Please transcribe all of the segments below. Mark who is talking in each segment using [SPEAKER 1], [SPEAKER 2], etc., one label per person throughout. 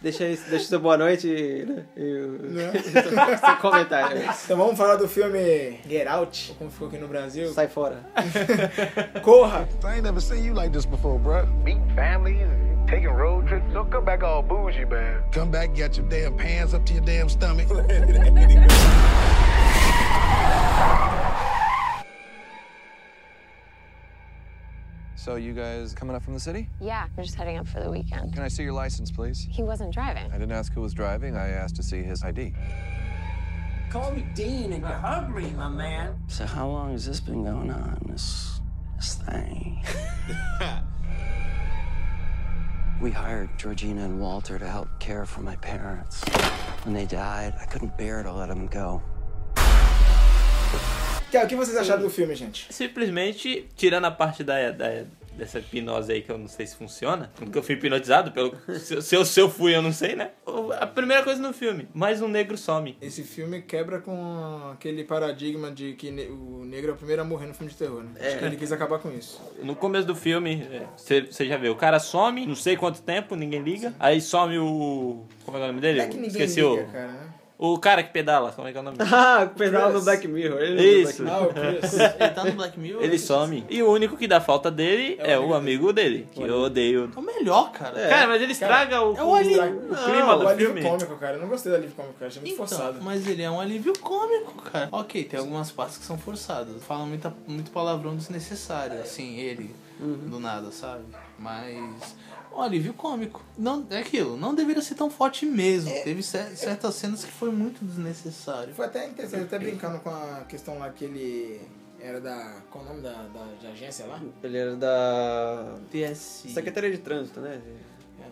[SPEAKER 1] Deixa, isso, deixa seu boa noite e, né, e o- seu comentário.
[SPEAKER 2] Então vamos falar do filme,
[SPEAKER 1] Get out.
[SPEAKER 2] como ficou aqui no Brasil,
[SPEAKER 1] Sai fora.
[SPEAKER 2] Corra,
[SPEAKER 3] I ain't never seen you like this before, bruh.
[SPEAKER 4] Meeting families, taking road trips. Don't come back all bougie, man.
[SPEAKER 3] Come back, got your damn pants up to your damn stomach.
[SPEAKER 5] So you guys coming up from the city?
[SPEAKER 6] Yeah, we're just heading up for the weekend.
[SPEAKER 5] Can I see your license, please?
[SPEAKER 6] He wasn't driving.
[SPEAKER 5] I didn't ask who was driving. I asked to see his ID.
[SPEAKER 7] Call me Dean if you're hungry, my man.
[SPEAKER 8] So how long has this been going on? This this thing. we hired Georgina and Walter to help care for my parents. When they died, I couldn't bear to let them go.
[SPEAKER 2] que é o que vocês acharam do filme, gente?
[SPEAKER 9] Simplesmente, tirando a parte da, da- dessa hipnose aí que eu não sei se funciona, porque eu fui hipnotizado pelo. Se, eu- se eu, se eu fui, eu não sei, né? O- A primeira coisa no filme: mais um negro some.
[SPEAKER 2] Esse filme quebra com aquele paradigma de que ne- o negro é o primeiro a morrer no filme de terror, né? Acho que ele quis acabar com isso.
[SPEAKER 9] No começo do filme, é, você você já vê, o cara some, não sei quanto tempo, ninguém liga. Aí some o. Como é que é o nome dele?
[SPEAKER 2] É que ninguém
[SPEAKER 9] Esqueci
[SPEAKER 2] liga,
[SPEAKER 9] o.
[SPEAKER 2] cara, né?
[SPEAKER 9] O cara que pedala, como é que é o nome dele?
[SPEAKER 1] Ah, o pedal
[SPEAKER 2] Chris.
[SPEAKER 1] do Black Mirror. Ele não é do
[SPEAKER 9] Isso.
[SPEAKER 1] Black Mirror.
[SPEAKER 2] Ah, o Chris.
[SPEAKER 10] Ele tá no Black Mirror.
[SPEAKER 9] Ele some. E o único que dá falta dele é, o amigo dele, que eu odeio.
[SPEAKER 10] É o melhor, cara.
[SPEAKER 9] Cara, mas ele estraga o,
[SPEAKER 10] é o ali-
[SPEAKER 9] o clima
[SPEAKER 10] não,
[SPEAKER 2] o
[SPEAKER 9] do
[SPEAKER 2] alívio
[SPEAKER 9] filme.
[SPEAKER 2] cômico, cara. Eu não gostei do alívio cômico, cara. Achei muito
[SPEAKER 10] Então,
[SPEAKER 2] forçado.
[SPEAKER 10] mas ele é um alívio cômico, cara. Ok, tem algumas partes que são forçadas. Fala muita, muito palavrão desnecessário, assim, ele, do nada, sabe? Mas. Um alívio cômico. Não, é aquilo, não deveria ser tão forte mesmo. Teve cer- certas cenas que foi muito desnecessário.
[SPEAKER 2] Foi até interessante, até brincando com a questão lá que ele era da. Qual o nome da, da, da agência lá?
[SPEAKER 1] Ele era da.
[SPEAKER 10] TSI.
[SPEAKER 1] Secretaria de Trânsito, né?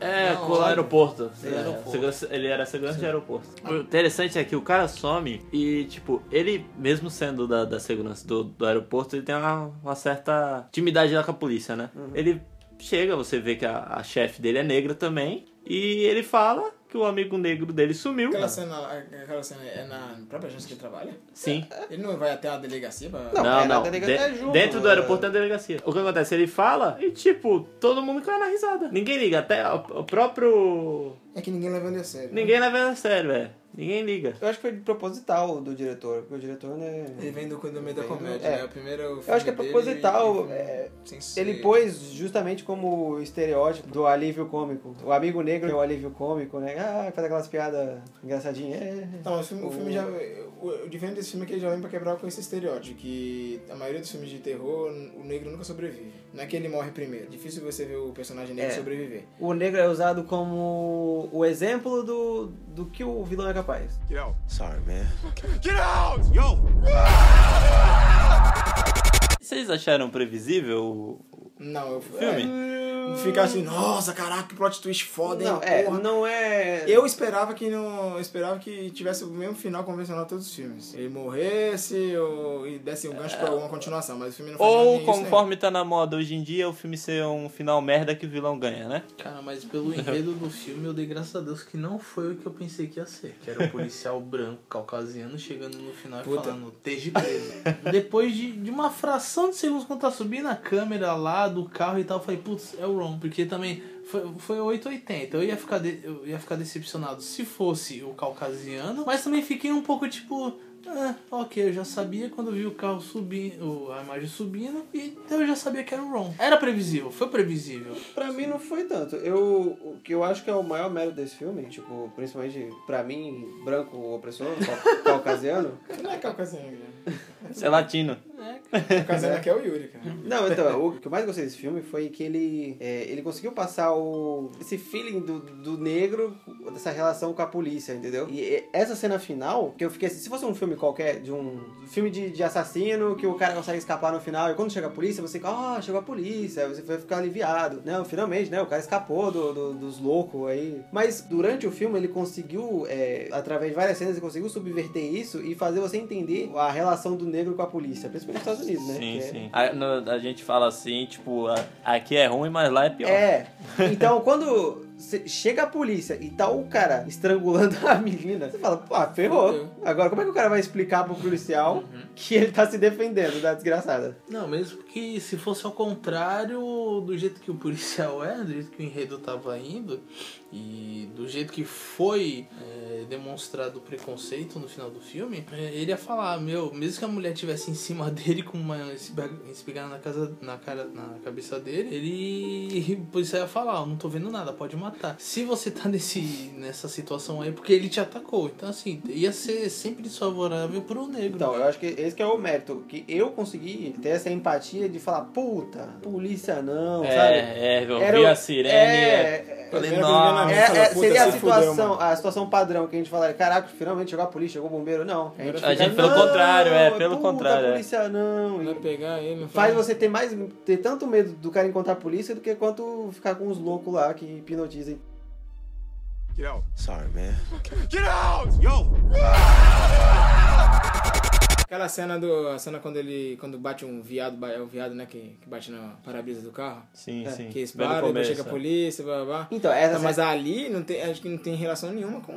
[SPEAKER 9] É,
[SPEAKER 10] Não,
[SPEAKER 9] com o
[SPEAKER 10] sabe?
[SPEAKER 9] aeroporto.
[SPEAKER 10] É, aeroporto.
[SPEAKER 9] Segurança- ele era segurança de aeroporto. O interessante é que o cara some e, tipo, ele, mesmo sendo da, da segurança do, do aeroporto, ele tem uma, uma certa intimidade lá com a polícia, né?
[SPEAKER 1] Uhum.
[SPEAKER 9] Ele chega, você vê que a, a chefe dele é negra também, e ele fala que o amigo negro dele sumiu.
[SPEAKER 2] Aquela cena, lá, aquela cena é na própria agência que ele trabalha?
[SPEAKER 9] Sim.
[SPEAKER 2] Ele não vai até a delegacia pra.
[SPEAKER 1] É, Não,
[SPEAKER 9] É. Não,
[SPEAKER 1] era
[SPEAKER 9] não.
[SPEAKER 1] a delega-
[SPEAKER 9] De-
[SPEAKER 1] é junto,
[SPEAKER 9] dentro do
[SPEAKER 1] né?
[SPEAKER 9] aeroporto tem a delegacia. O que acontece? Ele fala e, tipo, todo mundo cai na risada. Ninguém liga. Até o, o próprio.
[SPEAKER 2] É que ninguém leva ele a sério. né?
[SPEAKER 9] Ninguém leva a sério, velho. Ninguém liga.
[SPEAKER 1] Eu acho que foi proposital do diretor, porque o diretor, né?
[SPEAKER 2] Ele vem do, do meio da comédia,
[SPEAKER 1] É.
[SPEAKER 2] né? O primeiro
[SPEAKER 1] Eu acho que é proposital. é, ele pôs justamente como estereótipo do alívio cômico. O amigo negro é o alívio cômico, né? Ah, faz aquelas piadas engraçadinhas. É.
[SPEAKER 2] Então, o filme, o filme já. O, o diferente desse filme é que ele já vem pra quebrar com esse estereótipo, que a maioria dos filmes de terror, o negro nunca sobrevive. Não é que ele morre primeiro. Difícil você ver o personagem negro
[SPEAKER 1] É.
[SPEAKER 2] sobreviver.
[SPEAKER 1] O negro é usado como o exemplo do, do que o vilão é capaz.
[SPEAKER 8] Sorry, man.
[SPEAKER 9] Vocês acharam previsível o o
[SPEAKER 2] Não, eu
[SPEAKER 9] filme?
[SPEAKER 2] É, ficar assim, nossa, caraca, que plot twist foda, hein?
[SPEAKER 1] Não, é,
[SPEAKER 2] porra.
[SPEAKER 1] não é.
[SPEAKER 2] Eu esperava que não. eu esperava que tivesse o mesmo final convencional de todos os filmes. Ele morresse ou, e desse um gancho
[SPEAKER 1] É.
[SPEAKER 2] pra alguma continuação, mas o filme não faz né? nem
[SPEAKER 9] Ou,
[SPEAKER 2] isso, nem
[SPEAKER 9] conforme tá na moda hoje em dia, o filme ser um final merda que o vilão ganha, né?
[SPEAKER 10] Cara, mas pelo enredo do filme, eu dei graças a Deus que não foi o que eu pensei que ia ser. Que era o policial branco, caucasiano, chegando no final e falando, esteja preso. Depois de, de uma fração de segundos, quando tá subindo a câmera lá do carro e tal, eu falei, putz, é o Ron. Porque também foi, foi 880. Eu ia, ficar de- eu ia ficar decepcionado se fosse o caucasiano, mas também fiquei um pouco tipo... Ah, ok, eu já sabia quando vi o carro subindo, a imagem subindo, e então eu já sabia que era o Ron. Era previsível, foi previsível.
[SPEAKER 1] Pra mim não foi tanto. Eu, o que eu acho que é o maior mérito desse filme, tipo, principalmente pra mim, branco opressor, cau- caucasiano.
[SPEAKER 2] Não é Caucasiano, né?
[SPEAKER 9] Ser é latino.
[SPEAKER 2] Caucasiano aqui é o Yuri, cara.
[SPEAKER 1] Não, então, o que eu mais gostei desse filme foi que ele, é, ele conseguiu passar o, esse feeling do, do negro, dessa relação com a polícia, entendeu? E é, essa cena final, que eu fiquei assim, se fosse um filme qualquer, de um filme de, de assassino, que o cara consegue escapar no final, e quando chega a polícia, você fica, ah, chegou a polícia, aí você vai ficar aliviado. Não, finalmente, né, o cara escapou do, do- dos loucos aí. Mas durante o filme ele conseguiu, é, através de várias cenas, ele conseguiu subverter isso e fazer você entender a relação do negro com a polícia, principalmente nos Estados Unidos, né? que
[SPEAKER 9] Sim,
[SPEAKER 1] é-
[SPEAKER 9] sim. A, no- a gente fala assim, tipo, a- aqui é ruim, mas lá é pior.
[SPEAKER 1] é. Então, quando cê- chega a polícia e tá o cara estrangulando a menina, você fala, pô, ah, ferrou. Agora, como é que o cara vai explicar pro policial
[SPEAKER 9] Uhum.
[SPEAKER 1] que ele tá se defendendo da desgraçada?
[SPEAKER 10] Não, mesmo que se fosse ao contrário do jeito que o policial é, do jeito que o enredo tava indo, E do jeito que foi é, demonstrado o preconceito no final do filme, é, ele ia falar, meu, mesmo que a mulher tivesse em cima dele com uma espiga- espigada na, casa, na, cara, na cabeça dele, ele pois ia falar, eu não tô vendo nada, pode matar. Se você tá nesse, nessa situação aí, porque ele te atacou. Então assim, ia ser sempre desfavorável pro negro.
[SPEAKER 1] Então, eu acho que esse que é o mérito, que eu consegui ter essa empatia de falar, puta, polícia não, sabe?
[SPEAKER 9] É, é, eu
[SPEAKER 1] Era
[SPEAKER 9] vi
[SPEAKER 1] o-
[SPEAKER 9] a sirene.
[SPEAKER 1] é,
[SPEAKER 9] é.
[SPEAKER 1] é,
[SPEAKER 9] Falei,
[SPEAKER 2] Primeira coisa que eu
[SPEAKER 9] nossa.
[SPEAKER 2] na
[SPEAKER 1] É,
[SPEAKER 2] mente, fala,
[SPEAKER 1] é,
[SPEAKER 2] "Puta,
[SPEAKER 1] seria a
[SPEAKER 2] se fudeu,
[SPEAKER 1] situação,
[SPEAKER 2] mano."
[SPEAKER 1] a situação padrão que a gente falaria, caraca, finalmente chegou a polícia, chegou o bombeiro, não.
[SPEAKER 2] A gente-
[SPEAKER 1] fica,
[SPEAKER 2] a gente,
[SPEAKER 9] pelo
[SPEAKER 1] "Não,
[SPEAKER 9] contrário, é, pelo
[SPEAKER 1] puta,
[SPEAKER 9] contrário, é."
[SPEAKER 1] polícia não.
[SPEAKER 2] Vai
[SPEAKER 1] E
[SPEAKER 2] pegar ele, não
[SPEAKER 1] faz
[SPEAKER 2] fala-
[SPEAKER 1] você ter mais ter tanto medo do cara encontrar a polícia do que quanto ficar com uns loucos lá que hipnotizem.
[SPEAKER 3] Get out.
[SPEAKER 8] Sorry, man.
[SPEAKER 3] Get out! Yo!
[SPEAKER 2] Aquela cena do. A cena quando ele. Quando bate um viado, ba- é o viado, né? Que, que bate na para-brisa do carro.
[SPEAKER 9] Sim, sim.
[SPEAKER 2] É, Que eles
[SPEAKER 9] Bem no
[SPEAKER 2] param, depois
[SPEAKER 9] começo,
[SPEAKER 2] chega a
[SPEAKER 9] é.
[SPEAKER 2] polícia, blá blá blá.
[SPEAKER 1] Então, essa
[SPEAKER 2] Tá, mas ali não tem, acho que não tem relação nenhuma com,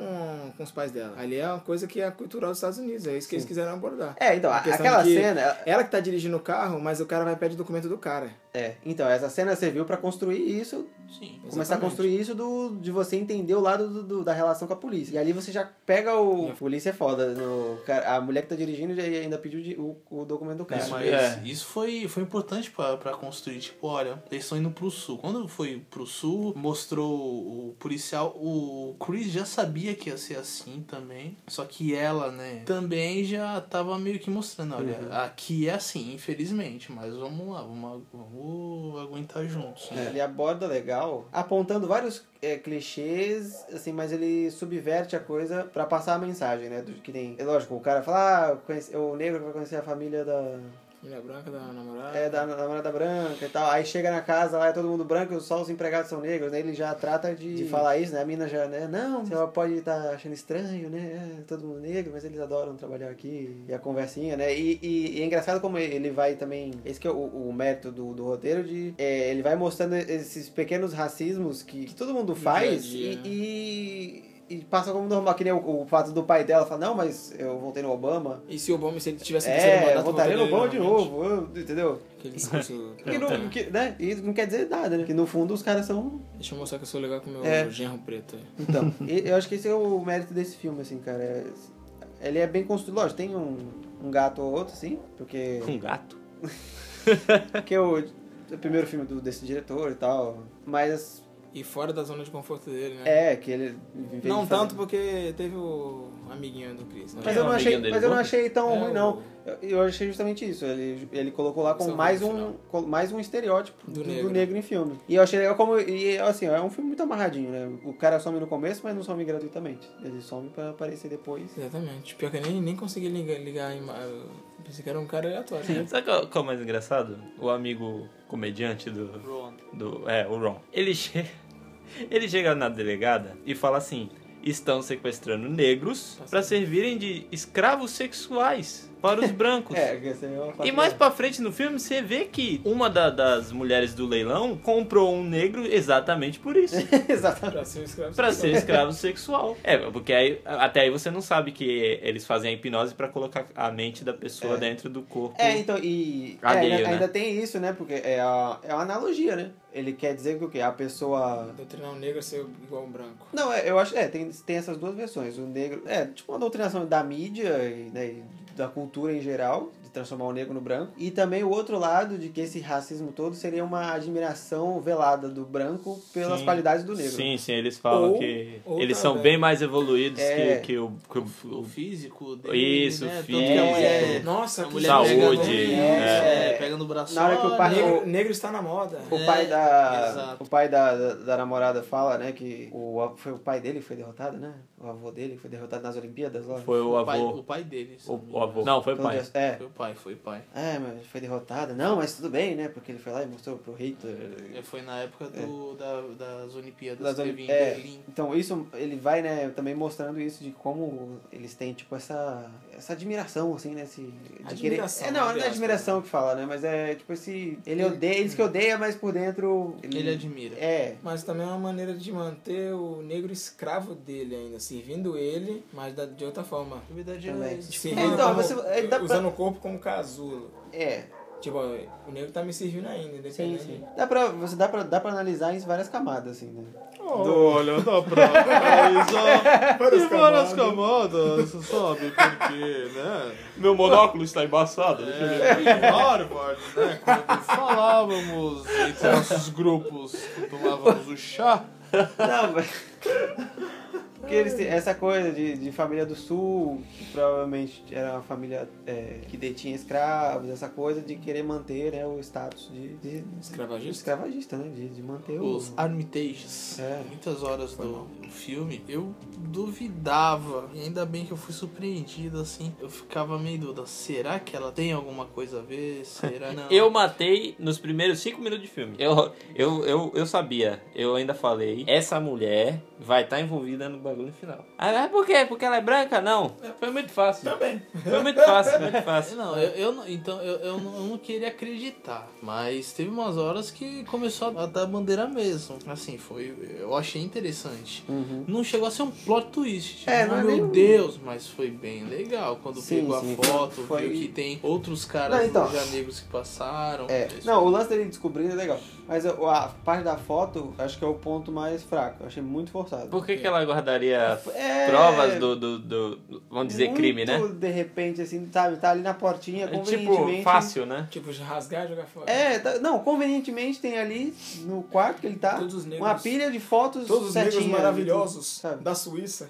[SPEAKER 2] com os pais dela. Ali é uma coisa que é cultural dos Estados Unidos, é isso que eles quiseram abordar.
[SPEAKER 1] É, então,
[SPEAKER 2] A
[SPEAKER 1] a-
[SPEAKER 2] questão
[SPEAKER 1] aquela
[SPEAKER 2] de que-
[SPEAKER 1] cena, ela-
[SPEAKER 2] Ela que tá dirigindo o carro, mas o cara vai pedir documento do cara.
[SPEAKER 1] É, então, essa cena serviu pra construir isso,
[SPEAKER 10] Sim.
[SPEAKER 1] começar a
[SPEAKER 2] Exatamente.
[SPEAKER 1] construir isso do, de você entender o lado do- do- da relação com a polícia. E ali você já pega o. A polícia é foda. no- cara- a mulher que tá dirigindo já ainda pediu de- o, o documento do cara.
[SPEAKER 10] Isso, mas
[SPEAKER 9] É.
[SPEAKER 10] isso foi, foi importante pra, pra construir. Tipo, olha, eles estão indo pro sul. Quando foi pro sul, mostrou o policial. O Chris já sabia que ia ser assim também. Só que ela, né, também já tava meio que mostrando: olha, aqui é assim, infelizmente. Mas vamos lá, vamos, agu- vamos aguentar juntos. né?
[SPEAKER 1] Ele aborda legal, apontando vários é, clichês, assim, mas ele subverte a coisa pra passar a mensagem, né? Do, que tem. É lógico, o cara fala, ah, eu conheci- o negro que vai conhecer a família da.
[SPEAKER 2] Mulher branca da namorada.
[SPEAKER 1] É, da namorada branca e tal. Aí chega na casa lá, é todo mundo branco, só os empregados são negros, né? Ele já trata de, de falar isso, né? A mina já, né? Não, ela pode estar achando estranho, né? É, todo mundo negro, mas eles adoram trabalhar aqui. E a conversinha, né? E, e- e é engraçado como ele vai também... Esse que é o, o mérito do, do roteiro, de... é, ele vai mostrando esses pequenos racismos que, que todo mundo faz
[SPEAKER 2] dia a dia,
[SPEAKER 1] e- e... E passa como normal, que nem o, o fato do pai dela falar, não, mas eu voltei no Obama.
[SPEAKER 2] E se o Obama, se ele tivesse terceiro
[SPEAKER 1] É,
[SPEAKER 2] mandato,
[SPEAKER 1] eu votaria no Obama de
[SPEAKER 2] novamente.
[SPEAKER 1] novo, eu- entendeu?
[SPEAKER 2] Aquele discurso.
[SPEAKER 1] Que não, que, né? E não quer dizer nada, né? Que no fundo os caras são.
[SPEAKER 2] Deixa eu mostrar que eu sou legal com o meu
[SPEAKER 1] É.
[SPEAKER 2] genro preto.
[SPEAKER 1] Então, e- eu acho que esse é o mérito desse filme, assim, cara. É- ele é bem construído. Lógico, tem um, um gato ou outro, assim, porque.
[SPEAKER 9] Um gato.
[SPEAKER 1] Porque é o, é o primeiro filme do, desse diretor e tal. Mas
[SPEAKER 2] E fora da zona de conforto dele, né?
[SPEAKER 1] é que ele. em vez de
[SPEAKER 2] Não
[SPEAKER 1] fazer- um
[SPEAKER 2] tanto porque teve o amiguinho do Chris. né?
[SPEAKER 1] Mas
[SPEAKER 9] É,
[SPEAKER 1] eu não
[SPEAKER 9] o
[SPEAKER 1] achei,
[SPEAKER 9] amiguinho dele
[SPEAKER 1] mas eu não
[SPEAKER 9] bom.
[SPEAKER 1] achei tão
[SPEAKER 2] É,
[SPEAKER 1] ruim,
[SPEAKER 2] o-
[SPEAKER 1] não. Eu, eu achei justamente isso. Ele, ele colocou lá como
[SPEAKER 2] Só
[SPEAKER 1] mais
[SPEAKER 2] no
[SPEAKER 1] um,
[SPEAKER 2] final.
[SPEAKER 1] col- mais um estereótipo
[SPEAKER 2] Do
[SPEAKER 1] do, do
[SPEAKER 2] negro.
[SPEAKER 1] negro. em filme. E eu achei legal como. E assim, é um filme muito amarradinho, né? O cara some no começo, mas não some gratuitamente. Ele some pra aparecer depois.
[SPEAKER 2] Exatamente. Pior que eu nem, nem consegui ligar, ligar a ima- eu Pensei que era um cara aleatório. né?
[SPEAKER 9] Sabe qual, qual é o mais engraçado? O amigo comediante do. do é, o Ron. Ele chega, ele chega na delegada e fala assim: estão sequestrando negros para servirem de escravos sexuais para os brancos.
[SPEAKER 1] É, que essa é uma parte
[SPEAKER 9] E mais
[SPEAKER 1] da-
[SPEAKER 9] pra frente no filme, você vê que uma da- das mulheres do leilão comprou um negro exatamente por isso.
[SPEAKER 1] Exatamente.
[SPEAKER 2] Pra ser um escravo.
[SPEAKER 9] pra ser escravo sexual. É, porque aí, até aí você não sabe que eles fazem a hipnose pra colocar a mente da pessoa
[SPEAKER 1] É.
[SPEAKER 9] dentro do corpo.
[SPEAKER 1] É, então, e. é,
[SPEAKER 9] Alheio,
[SPEAKER 1] ainda,
[SPEAKER 9] né?
[SPEAKER 1] ainda tem isso, né? Porque é, a, é uma analogia, né? Ele quer dizer que o quê? A pessoa.
[SPEAKER 2] Doutrinar um negro a ser igual um branco.
[SPEAKER 1] Não, é, eu acho. É, tem, tem essas duas versões. O negro. É, tipo uma doutrinação da mídia e, né, e da cultura em geral, de transformar o negro no branco. E também o outro lado de que esse racismo todo seria uma admiração velada do branco pelas
[SPEAKER 9] Sim.
[SPEAKER 1] qualidades do negro.
[SPEAKER 9] Sim, sim, eles falam
[SPEAKER 2] Ou-
[SPEAKER 9] que
[SPEAKER 2] ou
[SPEAKER 9] eles
[SPEAKER 2] também-
[SPEAKER 9] são bem mais evoluídos
[SPEAKER 1] É.
[SPEAKER 9] que, que o. que o-
[SPEAKER 10] O
[SPEAKER 9] o-
[SPEAKER 10] físico dele.
[SPEAKER 9] Isso,
[SPEAKER 10] né? Tanto
[SPEAKER 9] físico.
[SPEAKER 10] que a mulher-
[SPEAKER 2] Nossa,
[SPEAKER 10] a
[SPEAKER 2] que
[SPEAKER 10] mulher
[SPEAKER 9] Saúde,
[SPEAKER 10] pega no-
[SPEAKER 1] é.
[SPEAKER 10] é, pega no braço.
[SPEAKER 1] Na hora que o pai-
[SPEAKER 10] olha,
[SPEAKER 2] Negro, negro está na moda.
[SPEAKER 1] O pai
[SPEAKER 10] É,
[SPEAKER 1] da.
[SPEAKER 10] exato.
[SPEAKER 1] O pai da, da, da namorada fala, né, que o, a- foi o pai dele que foi derrotado, né? O avô dele que foi derrotado nas Olimpíadas lá.
[SPEAKER 9] Foi o
[SPEAKER 10] o pai,
[SPEAKER 9] avô.
[SPEAKER 10] o pai dele. se
[SPEAKER 9] O,
[SPEAKER 10] não me
[SPEAKER 9] o
[SPEAKER 10] engano.
[SPEAKER 9] avô. Não, foi o
[SPEAKER 1] Então,
[SPEAKER 9] pai.
[SPEAKER 1] É.
[SPEAKER 10] Foi o pai, foi o pai.
[SPEAKER 1] É, mas foi derrotado. Não, mas tudo bem, né? Porque ele foi lá e mostrou pro Hitler.
[SPEAKER 10] É, Foi na época do, da- É. das Olimpíadas
[SPEAKER 1] Das
[SPEAKER 10] que
[SPEAKER 1] Oli-
[SPEAKER 10] teve em
[SPEAKER 1] é,
[SPEAKER 10] Berlim.
[SPEAKER 1] então isso ele vai né também mostrando isso de como eles têm tipo essa essa admiração assim né esse, de querer
[SPEAKER 2] Admiração,
[SPEAKER 1] é, não não
[SPEAKER 2] entre
[SPEAKER 1] é
[SPEAKER 2] aspas,
[SPEAKER 1] admiração que fala né mas é tipo esse ele odeia ele diz que odeia mas por dentro
[SPEAKER 10] Ele admira.
[SPEAKER 1] é
[SPEAKER 2] Mas também é uma maneira de manter o negro escravo dele ainda, servindo ele, mas da- de outra forma.
[SPEAKER 10] Na verdade,
[SPEAKER 1] Também.
[SPEAKER 10] é isso.
[SPEAKER 1] Então,
[SPEAKER 2] Servindo
[SPEAKER 1] É, então,
[SPEAKER 2] como-
[SPEAKER 1] você- é, dá pra-
[SPEAKER 2] usando o corpo como casulo.
[SPEAKER 1] é
[SPEAKER 2] Tipo, ó, o negro tá me servindo ainda,
[SPEAKER 1] Sim,
[SPEAKER 2] independente.
[SPEAKER 1] sim. Dá pra, você dá pra, dá pra analisar em várias camadas, assim, né?
[SPEAKER 10] Olha, dá pra analisar
[SPEAKER 2] Várias
[SPEAKER 10] em
[SPEAKER 2] camadas.
[SPEAKER 10] várias camadas, sabe? Porque, né?
[SPEAKER 9] Meu monóculo está embaçado.
[SPEAKER 10] É, em Harvard, né? Quando falávamos entre nossos grupos, tomávamos o chá.
[SPEAKER 1] Não, mas... Porque eles têm essa coisa de, de família do sul, que provavelmente era uma família é, que detinha escravos, essa coisa de querer manter né, o status de, de- de
[SPEAKER 2] Escravagista?
[SPEAKER 1] escravagista, né? De, de manter o...
[SPEAKER 10] Os Armitages.
[SPEAKER 1] É.
[SPEAKER 10] Muitas horas do, do filme, eu duvidava. E ainda bem que eu fui surpreendido, assim. Eu ficava meio dúvida. Será que ela tem alguma coisa a ver? Será não?
[SPEAKER 9] Eu matei nos primeiros cinco minutos de filme. Eu, eu, eu, eu sabia, eu ainda falei, essa mulher vai estar envolvida no bagulho final. Ah, mas por quê? Porque ela é branca? Não. Foi muito fácil. Também. Foi muito fácil, muito fácil.
[SPEAKER 10] É, Não, eu, eu não- então eu, eu não, eu não queria acreditar, mas teve umas horas que começou a dar bandeira mesmo. Assim, foi, eu achei interessante.
[SPEAKER 1] Uhum.
[SPEAKER 10] Não chegou a ser um plot twist. Tipo,
[SPEAKER 1] É,
[SPEAKER 10] "Ah,
[SPEAKER 1] não é
[SPEAKER 10] meu
[SPEAKER 1] nem um-
[SPEAKER 10] Deus, mas foi bem legal quando
[SPEAKER 1] Sim,
[SPEAKER 10] pegou
[SPEAKER 1] sim,
[SPEAKER 10] a foto,
[SPEAKER 1] foi-
[SPEAKER 10] viu que tem outros caras
[SPEAKER 1] Não, então.
[SPEAKER 10] já negros que passaram.
[SPEAKER 1] É,
[SPEAKER 10] Isso.
[SPEAKER 1] não, o lance dele descobrindo é legal. Mas eu- a parte da foto, acho que é o ponto mais fraco. Eu achei muito forçado.
[SPEAKER 9] Por que, que ela guardaria
[SPEAKER 1] É,
[SPEAKER 9] provas do, do, do- vamos dizer,
[SPEAKER 1] muito
[SPEAKER 9] crime, né?
[SPEAKER 1] de repente, assim, sabe? Tá ali na portinha,
[SPEAKER 9] É
[SPEAKER 1] convenientemente...
[SPEAKER 9] Tipo, fácil, né?
[SPEAKER 2] Tipo, de rasgar e jogar fora.
[SPEAKER 1] É, tá- não, convenientemente tem ali no quarto que ele tá
[SPEAKER 2] Todos os negros-
[SPEAKER 1] uma pilha de fotos
[SPEAKER 2] Todos os
[SPEAKER 10] né?
[SPEAKER 2] negros
[SPEAKER 1] certinha,
[SPEAKER 2] maravilhosos
[SPEAKER 1] sabe?
[SPEAKER 2] da Suíça.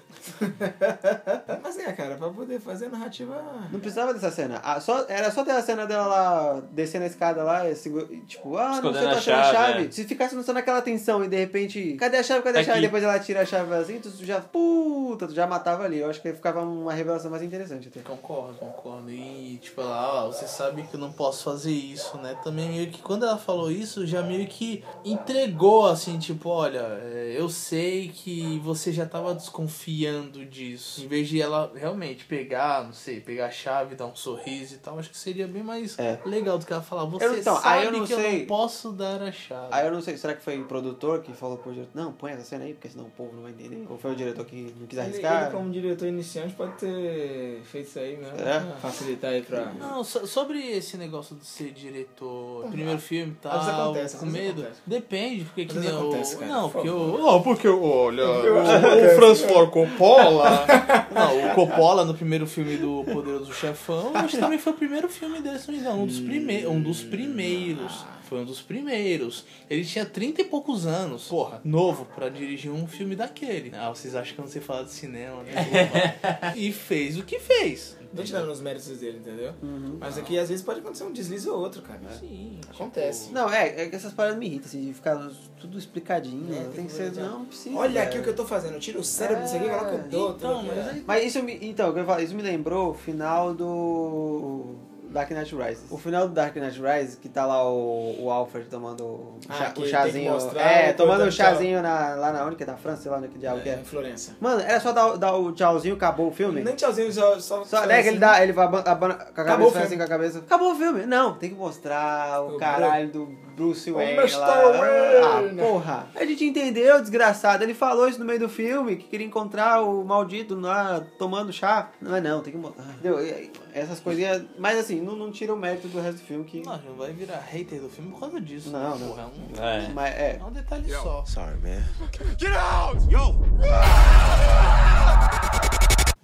[SPEAKER 2] Mas é, cara, pra poder fazer a narrativa.
[SPEAKER 1] Não precisava dessa cena. Ah, só, era só ter a cena dela lá descendo a escada lá, e segura- e tipo, ah, não sei,
[SPEAKER 9] Escondendo
[SPEAKER 1] tô
[SPEAKER 9] a
[SPEAKER 1] achando a
[SPEAKER 9] chave,
[SPEAKER 1] chave.
[SPEAKER 9] é.
[SPEAKER 1] Se ficasse só naquela tensão e de repente, cadê a chave, cadê a
[SPEAKER 9] Aqui.
[SPEAKER 1] chave? Depois ela tira a chave assim, tu já, puta, tu já matava ali. Eu acho que aí ficava uma revelação mais interessante até.
[SPEAKER 10] Concordo, concordo. E tipo, ela, ó, você sabe que eu não posso fazer isso, né? Também meio que quando ela falou isso, já meio que entregou, assim, tipo, olha, é, eu sei que você já tava desconfiando disso. Em vez de ela realmente pegar, não sei, pegar a chave, dar um sorriso e tal, acho que seria bem mais
[SPEAKER 1] É.
[SPEAKER 10] legal do que ela falar, você
[SPEAKER 1] Eu- então,
[SPEAKER 10] sabe
[SPEAKER 1] aí eu não
[SPEAKER 10] que eu
[SPEAKER 1] sei-
[SPEAKER 10] não posso dar a chave.
[SPEAKER 1] Aí eu não sei, será que foi o produtor que falou pro diretor, não, põe essa cena aí, porque senão o povo não vai entender. Ou foi o diretor que não quis
[SPEAKER 2] Ele,
[SPEAKER 1] arriscar.
[SPEAKER 2] ele, como diretor iniciante, pode ter feito isso aí mesmo.
[SPEAKER 1] É?
[SPEAKER 2] pra Facilitar aí pra.
[SPEAKER 10] Não, so- sobre esse negócio de ser diretor, primeiro filme e
[SPEAKER 2] Às vezes
[SPEAKER 10] tal,
[SPEAKER 2] acontece, às
[SPEAKER 10] com
[SPEAKER 2] vezes
[SPEAKER 10] medo.
[SPEAKER 2] acontece.
[SPEAKER 10] Depende, porque que
[SPEAKER 2] vezes
[SPEAKER 10] nem o-
[SPEAKER 2] acontece, cara,
[SPEAKER 10] Não,
[SPEAKER 2] por
[SPEAKER 10] porque
[SPEAKER 2] favor.
[SPEAKER 10] o. Ah, porque olha, o, o Francis Ford Coppola. não, o Coppola no primeiro filme do Poderoso Chefão, acho que também foi o primeiro filme dele, se não me engano, um dos primeiros. Um dos primeiros. Foi um dos primeiros. Ele tinha 30 e poucos anos. Porra, novo pra dirigir um filme daquele. Ah, vocês acham que eu não sei falar de cinema, né? e fez o que fez.
[SPEAKER 2] Não tirando os méritos dele, entendeu?
[SPEAKER 10] Uhum.
[SPEAKER 2] Mas aqui às vezes pode acontecer um deslize ou outro, cara.
[SPEAKER 10] É.
[SPEAKER 2] Sim, acontece.
[SPEAKER 1] Não, é, é que essas paradas me irritam, assim, de ficar tudo explicadinho.
[SPEAKER 2] É,
[SPEAKER 1] né? tem que ser, não, não precisa.
[SPEAKER 2] Olha
[SPEAKER 1] velho.
[SPEAKER 2] aqui o que eu tô fazendo, eu tiro o cérebro disso aqui e coloco o outro.
[SPEAKER 10] Então, mas aí
[SPEAKER 1] Mas isso me. Então, o que eu ia falar, isso me lembrou o final do. Dark Knight Rises. O final do Dark Knight Rises, que tá lá o, o Alfred tomando o,
[SPEAKER 2] Ah,
[SPEAKER 1] chá-
[SPEAKER 2] que
[SPEAKER 1] o
[SPEAKER 2] tem que
[SPEAKER 1] chazinho.
[SPEAKER 2] mostrar
[SPEAKER 1] É,
[SPEAKER 2] o
[SPEAKER 1] tomando
[SPEAKER 2] coisa
[SPEAKER 1] o
[SPEAKER 2] do
[SPEAKER 1] chazinho na, lá na única da França, sei lá onde que diabo que
[SPEAKER 2] É, em
[SPEAKER 1] é.
[SPEAKER 2] Florença.
[SPEAKER 1] Mano, era só dar, o- dar o tchauzinho, acabou o filme.
[SPEAKER 2] Nem tchauzinho, só. Só, assim.
[SPEAKER 1] Só, né, que ele dá, ele vai aban- abana- com a
[SPEAKER 2] Acabou
[SPEAKER 1] cabeça,
[SPEAKER 2] o
[SPEAKER 1] faz assim
[SPEAKER 2] filme.
[SPEAKER 1] com a cabeça. Acabou o filme. Não, tem que mostrar o,
[SPEAKER 2] O
[SPEAKER 1] caralho do Bruce Wayne
[SPEAKER 2] Mr.
[SPEAKER 1] lá.
[SPEAKER 2] Wayne.
[SPEAKER 1] Ah, porra. A gente entendeu, desgraçado. Ele falou isso no meio do filme, que queria encontrar o maldito lá tomando chá. Não é não, tem que mostrar. Entendeu? E- e- Essas coisinhas... Mas assim, não, não tira o mérito do resto do filme que...
[SPEAKER 10] Não, não vai virar hater do filme por causa disso.
[SPEAKER 1] Não,
[SPEAKER 10] né?
[SPEAKER 1] não.
[SPEAKER 10] Porra, é um,
[SPEAKER 9] É.
[SPEAKER 1] Mas é...
[SPEAKER 10] é um detalhe só.
[SPEAKER 8] Sorry, man.
[SPEAKER 3] Get out! Yo!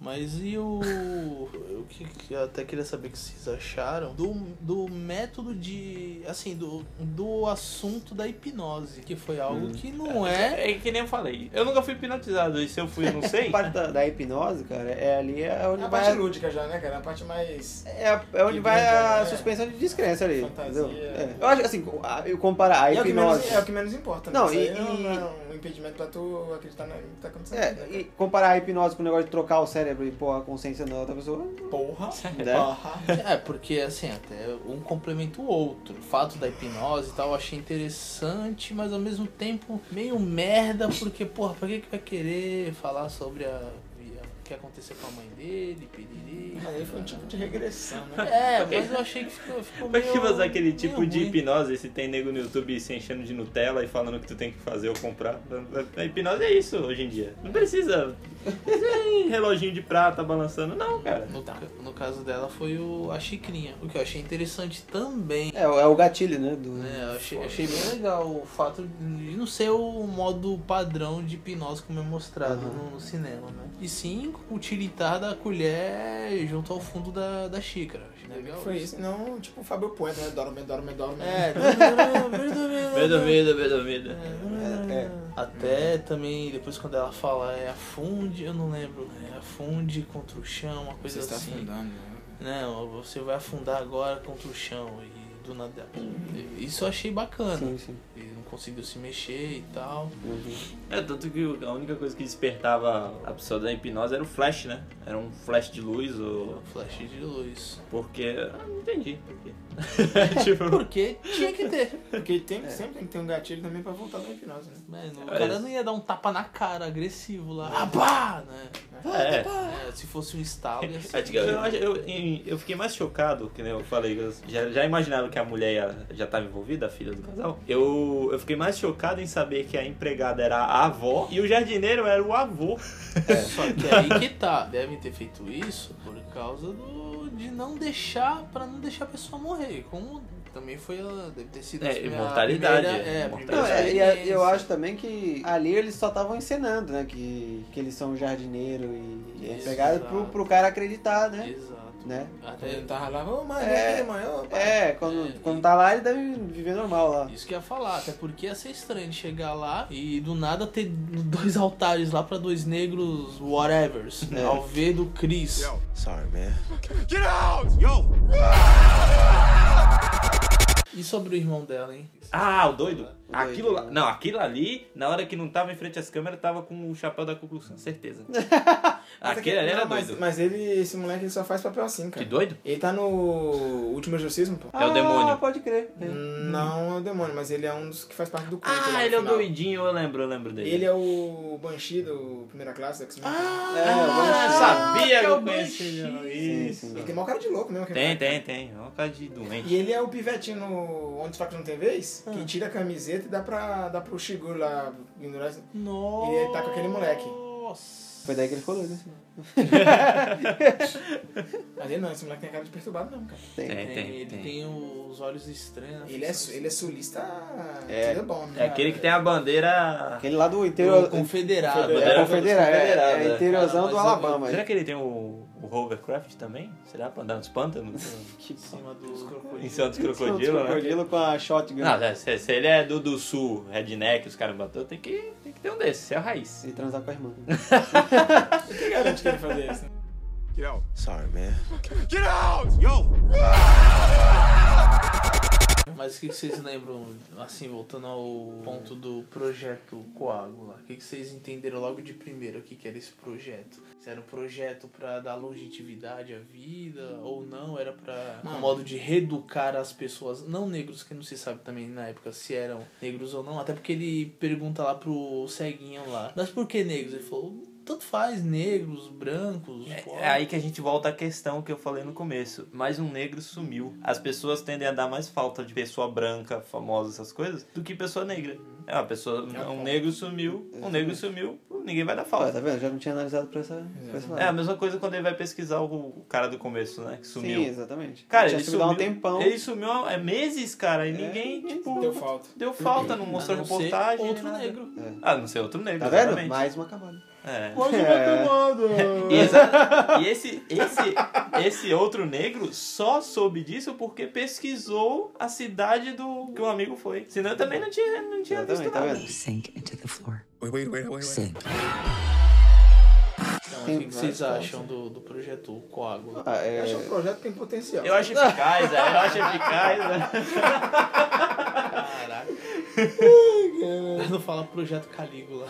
[SPEAKER 10] Mas e o. O que, que eu até queria saber o que vocês acharam do, do método de. Assim, do, do assunto da hipnose. Que foi algo que não é.
[SPEAKER 9] É que nem eu falei. Eu nunca fui hipnotizado. E se eu fui, eu não
[SPEAKER 1] A
[SPEAKER 9] sei.
[SPEAKER 1] parte da, da hipnose, cara, é ali é onde
[SPEAKER 2] É a
[SPEAKER 1] vai...
[SPEAKER 2] parte lúdica já, né, cara? A parte mais.
[SPEAKER 1] É, a- é onde
[SPEAKER 2] Que
[SPEAKER 1] vai a
[SPEAKER 2] brinca, né?
[SPEAKER 1] suspensão de descrença ali.
[SPEAKER 2] Fantasia.
[SPEAKER 1] Entendeu? É. Eu acho assim, a- eu comparar a
[SPEAKER 2] É o, que
[SPEAKER 1] hipnose.
[SPEAKER 2] menos, é o que menos importa. né?
[SPEAKER 1] Não,
[SPEAKER 2] Isso
[SPEAKER 1] e-
[SPEAKER 2] aí não,
[SPEAKER 1] e-
[SPEAKER 2] não é um impedimento pra tu acreditar na- no que tá acontecendo. né,
[SPEAKER 1] É,
[SPEAKER 2] cara?
[SPEAKER 1] e comparar a hipnose com o negócio de trocar o cérebro e pôr a consciência na outra pessoa.
[SPEAKER 2] Porra!
[SPEAKER 1] Né?
[SPEAKER 2] Porra!
[SPEAKER 10] É, porque assim, até um complementa o outro. O fato da hipnose e tal, eu achei interessante, mas ao mesmo tempo meio merda, porque, porra, pra que, que vai querer falar sobre a. O que aconteceu com a mãe dele, piriri.
[SPEAKER 2] Mas aí foi um tipo de regressão, né?
[SPEAKER 10] É, mas eu achei que ficou, ficou
[SPEAKER 9] Como é
[SPEAKER 10] meio...
[SPEAKER 9] que fazer aquele
[SPEAKER 10] um meio
[SPEAKER 9] tipo de
[SPEAKER 10] ruim.
[SPEAKER 9] hipnose se tem nego no YouTube se enchendo de Nutella e falando que tu tem que fazer ou comprar? A hipnose é isso hoje em dia. Não precisa Ih, Reloginho de prata balançando. Não, cara.
[SPEAKER 10] No, no caso dela foi o, a xicrinha. O que eu achei interessante também.
[SPEAKER 1] É, o- é o gatilho, né? Do...
[SPEAKER 10] né, eu achei, achei bem legal o fato de não ser o modo padrão de hipnose como é mostrado
[SPEAKER 2] Uhum.
[SPEAKER 10] no, no cinema, né? E sim o tiritar da colher junto ao fundo da, da xícara. Achei legal
[SPEAKER 2] Foi isso. Não, Então, tipo o Fábio Puente, né? Dorme, dorme, dorme.
[SPEAKER 10] É,
[SPEAKER 9] Medo, medo, medo, medo.
[SPEAKER 1] É, é.
[SPEAKER 10] Até também, depois quando ela fala é afunde, eu não lembro, é afunde contra o chão, uma
[SPEAKER 2] Você
[SPEAKER 10] coisa
[SPEAKER 2] está
[SPEAKER 10] assim.
[SPEAKER 2] afundando, né?
[SPEAKER 10] Não, você vai afundar agora contra o chão e do nada.
[SPEAKER 2] Uhum.
[SPEAKER 10] Isso eu achei bacana.
[SPEAKER 1] Sim, sim.
[SPEAKER 10] Ele não conseguiu se mexer e tal.
[SPEAKER 9] É, tanto que a única coisa que despertava a pessoa da hipnose era o flash, né? Era um flash de luz ou.
[SPEAKER 10] Flash de luz.
[SPEAKER 9] Porque. Eu não entendi por quê. tipo.
[SPEAKER 10] Porque tinha que ter.
[SPEAKER 2] Porque
[SPEAKER 1] É.
[SPEAKER 2] tem, sempre tem que ter um gatilho também pra voltar da hipnose, né?
[SPEAKER 10] Mano, o
[SPEAKER 9] É,
[SPEAKER 10] cara
[SPEAKER 9] isso.
[SPEAKER 10] não ia dar um tapa na cara, agressivo lá. Ah, pá! Né?
[SPEAKER 9] É.
[SPEAKER 10] É, se fosse um estalo, ia ser.
[SPEAKER 9] É, diga, Eu, acho- eu, em- eu fiquei mais chocado, que nem eu falei, eu já, já imaginava que a mulher ia- já estava envolvida, a filha do casal. Eu, eu fiquei mais chocado em saber que a empregada era a avó e o jardineiro era o avô.
[SPEAKER 10] É, Só que aí que tá. Devem ter feito isso por causa do, de não deixar, pra não deixar a pessoa morrer. Como também foi, a- deve ter sido
[SPEAKER 9] É,
[SPEAKER 10] a minha
[SPEAKER 9] imortalidade,
[SPEAKER 10] primeira- é, a
[SPEAKER 9] imortalidade.
[SPEAKER 10] primeira
[SPEAKER 1] Não, é, e a- eu
[SPEAKER 10] experiência.
[SPEAKER 1] acho também que ali eles só estavam encenando, né? Que, que eles são jardineiro e, e é
[SPEAKER 10] Isso,
[SPEAKER 1] pegado
[SPEAKER 10] exato.
[SPEAKER 1] pro, pro cara acreditar, né?
[SPEAKER 10] Exato.
[SPEAKER 1] né?
[SPEAKER 2] Aí
[SPEAKER 10] Até
[SPEAKER 2] ele tava lá, ô mãe,
[SPEAKER 1] É.
[SPEAKER 2] vem aqui, mãe, ô pai.
[SPEAKER 1] É, quando, quando tá lá ele deve viver normal lá.
[SPEAKER 10] isso que eu ia falar, até porque ia ser estranho de chegar lá e do nada ter dois altares lá pra dois negros whatevers, né? Alvedo Cris.
[SPEAKER 8] Sorry, man.
[SPEAKER 3] É. Get out! Yo!
[SPEAKER 10] E sobre o irmão dela, hein?
[SPEAKER 9] Ah, o doido. Aquilo lá,
[SPEAKER 1] né?
[SPEAKER 9] não, aquilo ali, na hora que não tava em frente às câmeras, tava com o chapéu da conclusão, certeza. Aquele ali era
[SPEAKER 2] Não, mas,
[SPEAKER 9] doido.
[SPEAKER 2] mas ele, esse moleque, ele só faz papel assim, cara.
[SPEAKER 9] Que doido?
[SPEAKER 2] Ele tá no Último Exorcismo, pô.
[SPEAKER 9] É o demônio.
[SPEAKER 1] Ah, pode crer. É.
[SPEAKER 2] Não é o demônio, mas ele é um dos que faz parte do culto. lá no
[SPEAKER 9] Ah, ele é o
[SPEAKER 2] final.
[SPEAKER 9] doidinho, eu lembro, eu lembro dele.
[SPEAKER 2] Ele é o Banshee do Primeira Classe, do X-Men.
[SPEAKER 9] Ah, eu sabia que eu conhecia
[SPEAKER 1] Sim,
[SPEAKER 9] isso.
[SPEAKER 2] Ele tem maior cara de louco mesmo. aquele
[SPEAKER 9] Tem,
[SPEAKER 2] cara.
[SPEAKER 9] tem, tem. É uma cara de doente.
[SPEAKER 2] E ele é o pivetinho no Onde os Fracos Não Tem Vez, que tira a camiseta e dá, pra, dá pro Shiguro lá, ignorar.
[SPEAKER 10] Nossa.
[SPEAKER 2] Ele tá com aquele moleque.
[SPEAKER 10] Nossa.
[SPEAKER 1] Foi daí que ele ficou doido. né?
[SPEAKER 2] Mas ele não, esse moleque tem cara de perturbado mesmo, cara.
[SPEAKER 9] É, Tem,
[SPEAKER 10] Tem,
[SPEAKER 9] tem,
[SPEAKER 10] ele tem.
[SPEAKER 9] tem.
[SPEAKER 10] os olhos estranhos.
[SPEAKER 2] Ele é, su- ele é sulista.
[SPEAKER 1] É.
[SPEAKER 2] tudo bom, né?
[SPEAKER 9] É aquele que tem a bandeira.
[SPEAKER 1] Aquele lá do
[SPEAKER 10] o
[SPEAKER 2] é um
[SPEAKER 1] interior.
[SPEAKER 10] confederado.
[SPEAKER 1] É,
[SPEAKER 9] Bandeira
[SPEAKER 1] confederado, é,
[SPEAKER 9] confederada.
[SPEAKER 1] é interiorzão
[SPEAKER 10] Cara,
[SPEAKER 1] do
[SPEAKER 10] mas eu-
[SPEAKER 1] Alabama.
[SPEAKER 9] Será que ele tem o, o hovercraft também? Será pra andar nos pântanos?
[SPEAKER 10] Em cima dos
[SPEAKER 9] em
[SPEAKER 10] crocodilos.
[SPEAKER 9] cima dos
[SPEAKER 1] Crocodilo,
[SPEAKER 9] crocodilos, né?
[SPEAKER 1] crocodilo com a shotgun
[SPEAKER 9] Não, se, se ele é do, do sul, redneck, os caras bateu, tem que, tem que ter um desses, isso é a raiz.
[SPEAKER 1] e transar com a irmã.
[SPEAKER 2] Quem garante que ele fazer isso?
[SPEAKER 3] Get out!
[SPEAKER 8] Sorry, man.
[SPEAKER 3] Get out! Yo!
[SPEAKER 10] Mas o que que vocês lembram, assim, voltando ao ponto do projeto Coágula? O que que vocês entenderam logo de primeiro o que, que era esse projeto? Se era um projeto pra dar longevidade à vida ou não? Era pra um modo de reeducar as pessoas não negros, que não se sabe também na época se eram negros ou não. Até porque ele pergunta lá pro ceguinho lá, mas por que negros? Ele falou, tanto faz, negros, brancos, pobres."
[SPEAKER 9] É aí que a gente volta à questão que eu falei no começo. Mais um negro sumiu. As pessoas tendem a dar mais falta de pessoa branca, famosa, essas coisas, do que pessoa negra. É uma pessoa. Um negro sumiu, um negro sumiu, ninguém vai dar
[SPEAKER 1] Olha,
[SPEAKER 9] falta.
[SPEAKER 1] tá vendo? Já não tinha analisado pra essa, pra esse lado.
[SPEAKER 9] É a mesma coisa quando ele vai pesquisar o o cara do começo, né? Que sumiu.
[SPEAKER 1] Sim, exatamente.
[SPEAKER 9] Cara,
[SPEAKER 1] tinha
[SPEAKER 9] ele
[SPEAKER 1] sumido
[SPEAKER 9] sumiu.
[SPEAKER 1] há um tempão.
[SPEAKER 9] Ele sumiu há é, meses, cara, e ninguém, tipo.
[SPEAKER 2] Deu falta.
[SPEAKER 9] Deu falta, não mostrou
[SPEAKER 10] A não ser
[SPEAKER 9] reportagem.
[SPEAKER 10] outro
[SPEAKER 9] nada.
[SPEAKER 10] negro.
[SPEAKER 9] Ah, não sei, outro negro,
[SPEAKER 1] Tá vendo?
[SPEAKER 9] exatamente.
[SPEAKER 1] Mais uma camada.
[SPEAKER 9] É.
[SPEAKER 1] É.
[SPEAKER 9] E, exa- e esse, esse, esse outro negro só soube disso porque pesquisou a cidade do que o amigo foi. Senão eu também não tinha, não tinha visto
[SPEAKER 1] Exatamente, tá
[SPEAKER 9] nada.
[SPEAKER 1] vendo?
[SPEAKER 8] Sink into the floor.
[SPEAKER 3] Wait, wait, wait, wait,
[SPEAKER 8] Sink.
[SPEAKER 10] Então,
[SPEAKER 1] Tem
[SPEAKER 10] o que, que vocês
[SPEAKER 1] várias
[SPEAKER 10] acham do, do projeto Coágula?
[SPEAKER 1] Ah, é...
[SPEAKER 2] Eu acho que o projeto tem potencial.
[SPEAKER 9] Eu acho eficaz, é, eu acho eficaz. né?
[SPEAKER 10] Caraca. Não fala projeto Calígula.